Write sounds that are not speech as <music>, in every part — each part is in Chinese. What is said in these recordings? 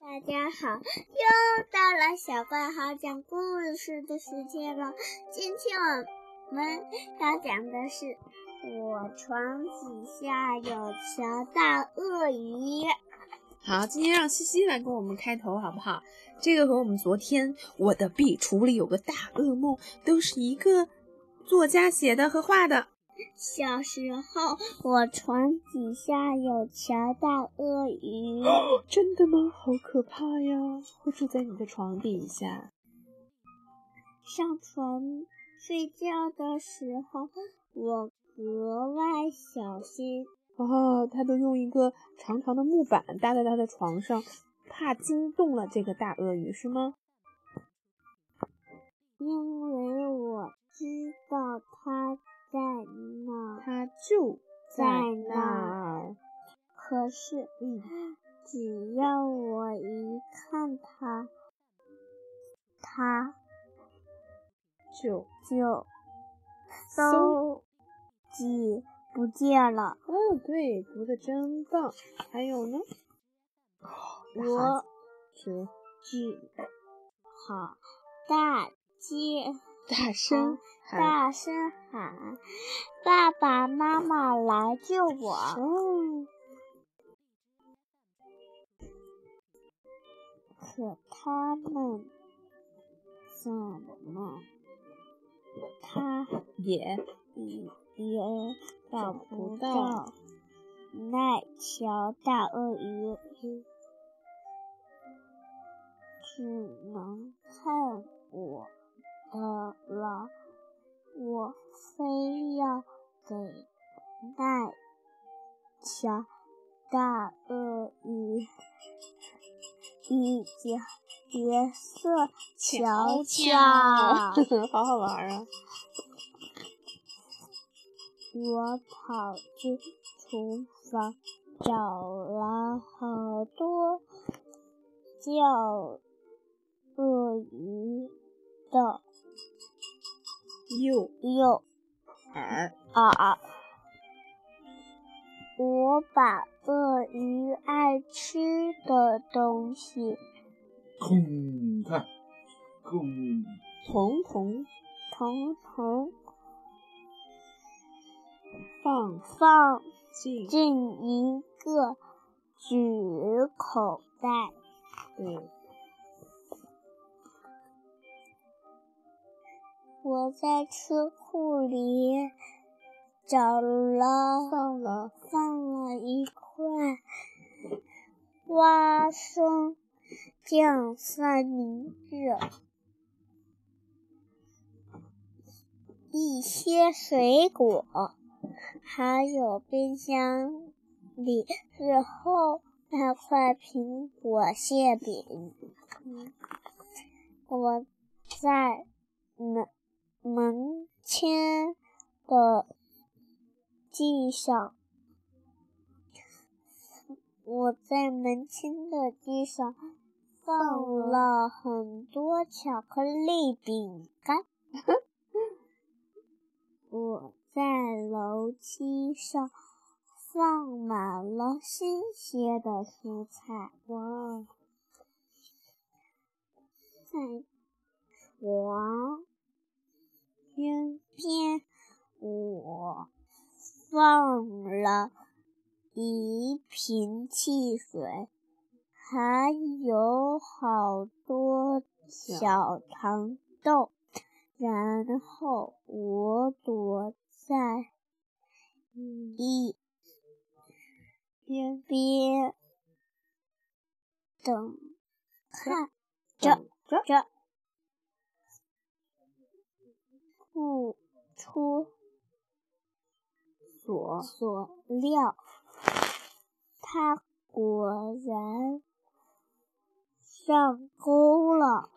大家好，又到了小冠豪讲故事的时间了。今天我们要讲的是《我床底下有条大鳄鱼》。好，今天让西西来给我们开头好不好？这个和我们昨天《我的壁橱里有个大噩梦》都是一个作家写的和画的。小时候，我床底下有条大鳄鱼。真的吗？好可怕呀！会住在你的床底下。上床睡觉的时候，我格外小心。哦，他都用一个长长的木板搭在他的床上，怕惊动了这个大鳄鱼，是吗？因为我知道它在那儿，他就在那那儿。可是嗯，只要我一看它，它就就嗖。嗖即不见了。哦，对，读的真棒。还有呢？我是只好大街大声喊大声喊：“爸爸妈妈来救我！”哦，可他们怎么他也也也找找不不到到那条大鳄鱼，只能看我的了。我非要给那条大鳄鱼一点别色瞧瞧。 <laughs> 好好玩儿啊！我跑去厨房找了好多叫鳄鱼的右诱耳，饵，我把鳄鱼爱吃的东西空看，空彤彤统统放放进进一个纸口袋。对，我在车库里找了放了放了一块花生酱三明治，一些水果，还有冰箱里最后那块苹果馅饼。嗯我在门门前的地上我在门前的地上放了很多巧克力饼干。 <laughs> 我在楼梯上放满了新鲜的蔬菜。哦在哇，床天边，我放了一瓶汽水，还有好多小糖豆。然后我躲在一边边等看这等着这不出锁，所料，它果然上钩了。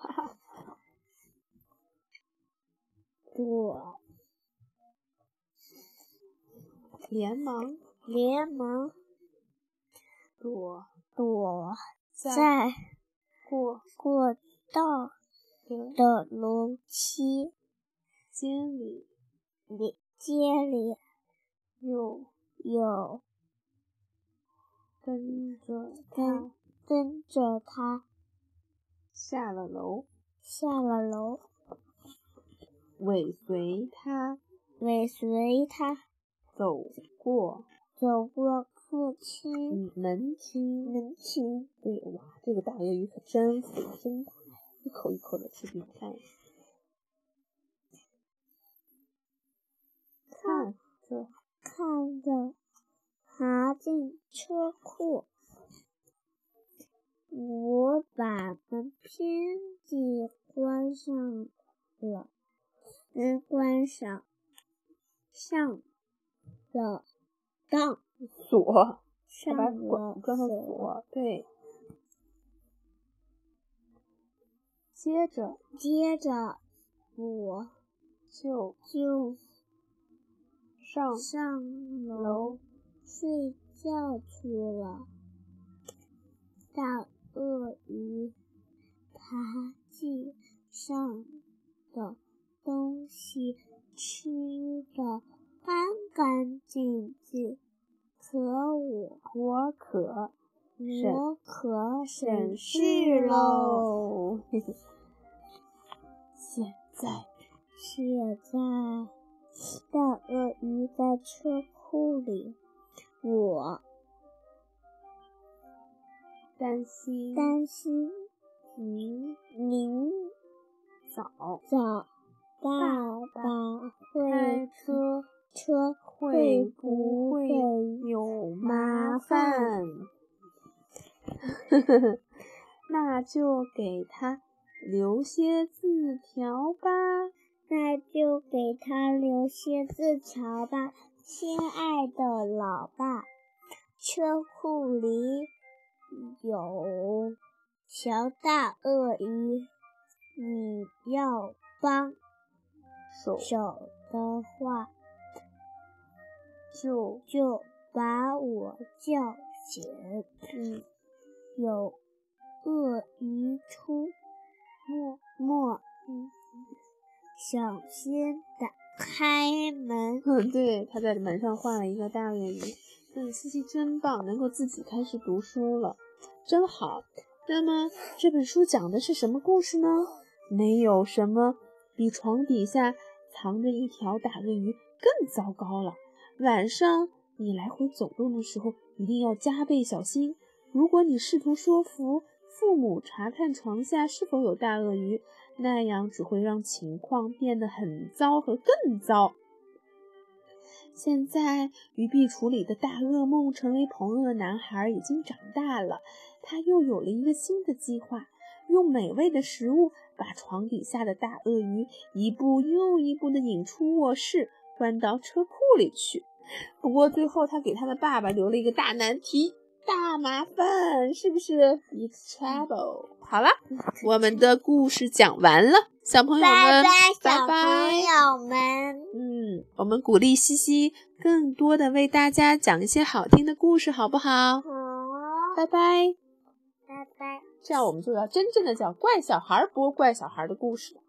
我连忙连忙躲躲在在过过道的的楼梯间里，里街里，又有跟着跟他着跟着他下了楼，下了楼，尾随他尾随他走过走过客厅、门厅。门厅。嗯对，哇，这个大鳄鱼可真肥，真大，一口一口的吃饼干。看着看着爬进车库，我把门偏给关上了，门关上，上了当锁，上他把了管装上锁锁，对。接着接着我就就上上楼楼睡觉去了。大鳄鱼爬进上的东西吃的干干净净，可我我可审我可省审事视喽。喽。 <laughs> 现在现在，大鳄鱼在车库里，我担心担心明明早早爸爸会车车会不不会有麻 <laughs> 烦？那就给他留些字条吧。那就给他留些字条吧，亲爱的老爸。车库里有条大鳄鱼，你要帮手手的话，就就把我叫醒。嗯，有鳄鱼出没没，首先打开门，嗯，对，他在门上画了一个大鳄鱼。嗯，西西真棒，能够自己开始读书了，真好。那么这本书讲的是什么故事呢？没有什么比床底下藏着一条大鳄鱼更糟糕了。晚上你来回走动的时候，一定要加倍小心。如果你试图说服父母查看床下是否有大鳄鱼，那样只会让情况变得很糟和更糟。现在，于壁橱里的大噩梦成为朋友的男孩已经长大了，他又有了一个新的计划：用美味的食物把床底下的大鳄鱼一步又一步地引出卧室，关到车库里去。不过最后，他给他的爸爸留了一个大难题。大麻烦是不是？Big trouble。好了，我们的故事讲完了，小朋友拜们，小拜拜朋友们。嗯，我们鼓励西西更多的为大家讲一些好听的故事，好不好？好，拜拜。拜拜。这样我们就要真正的讲怪小孩儿播怪小孩儿的故事了。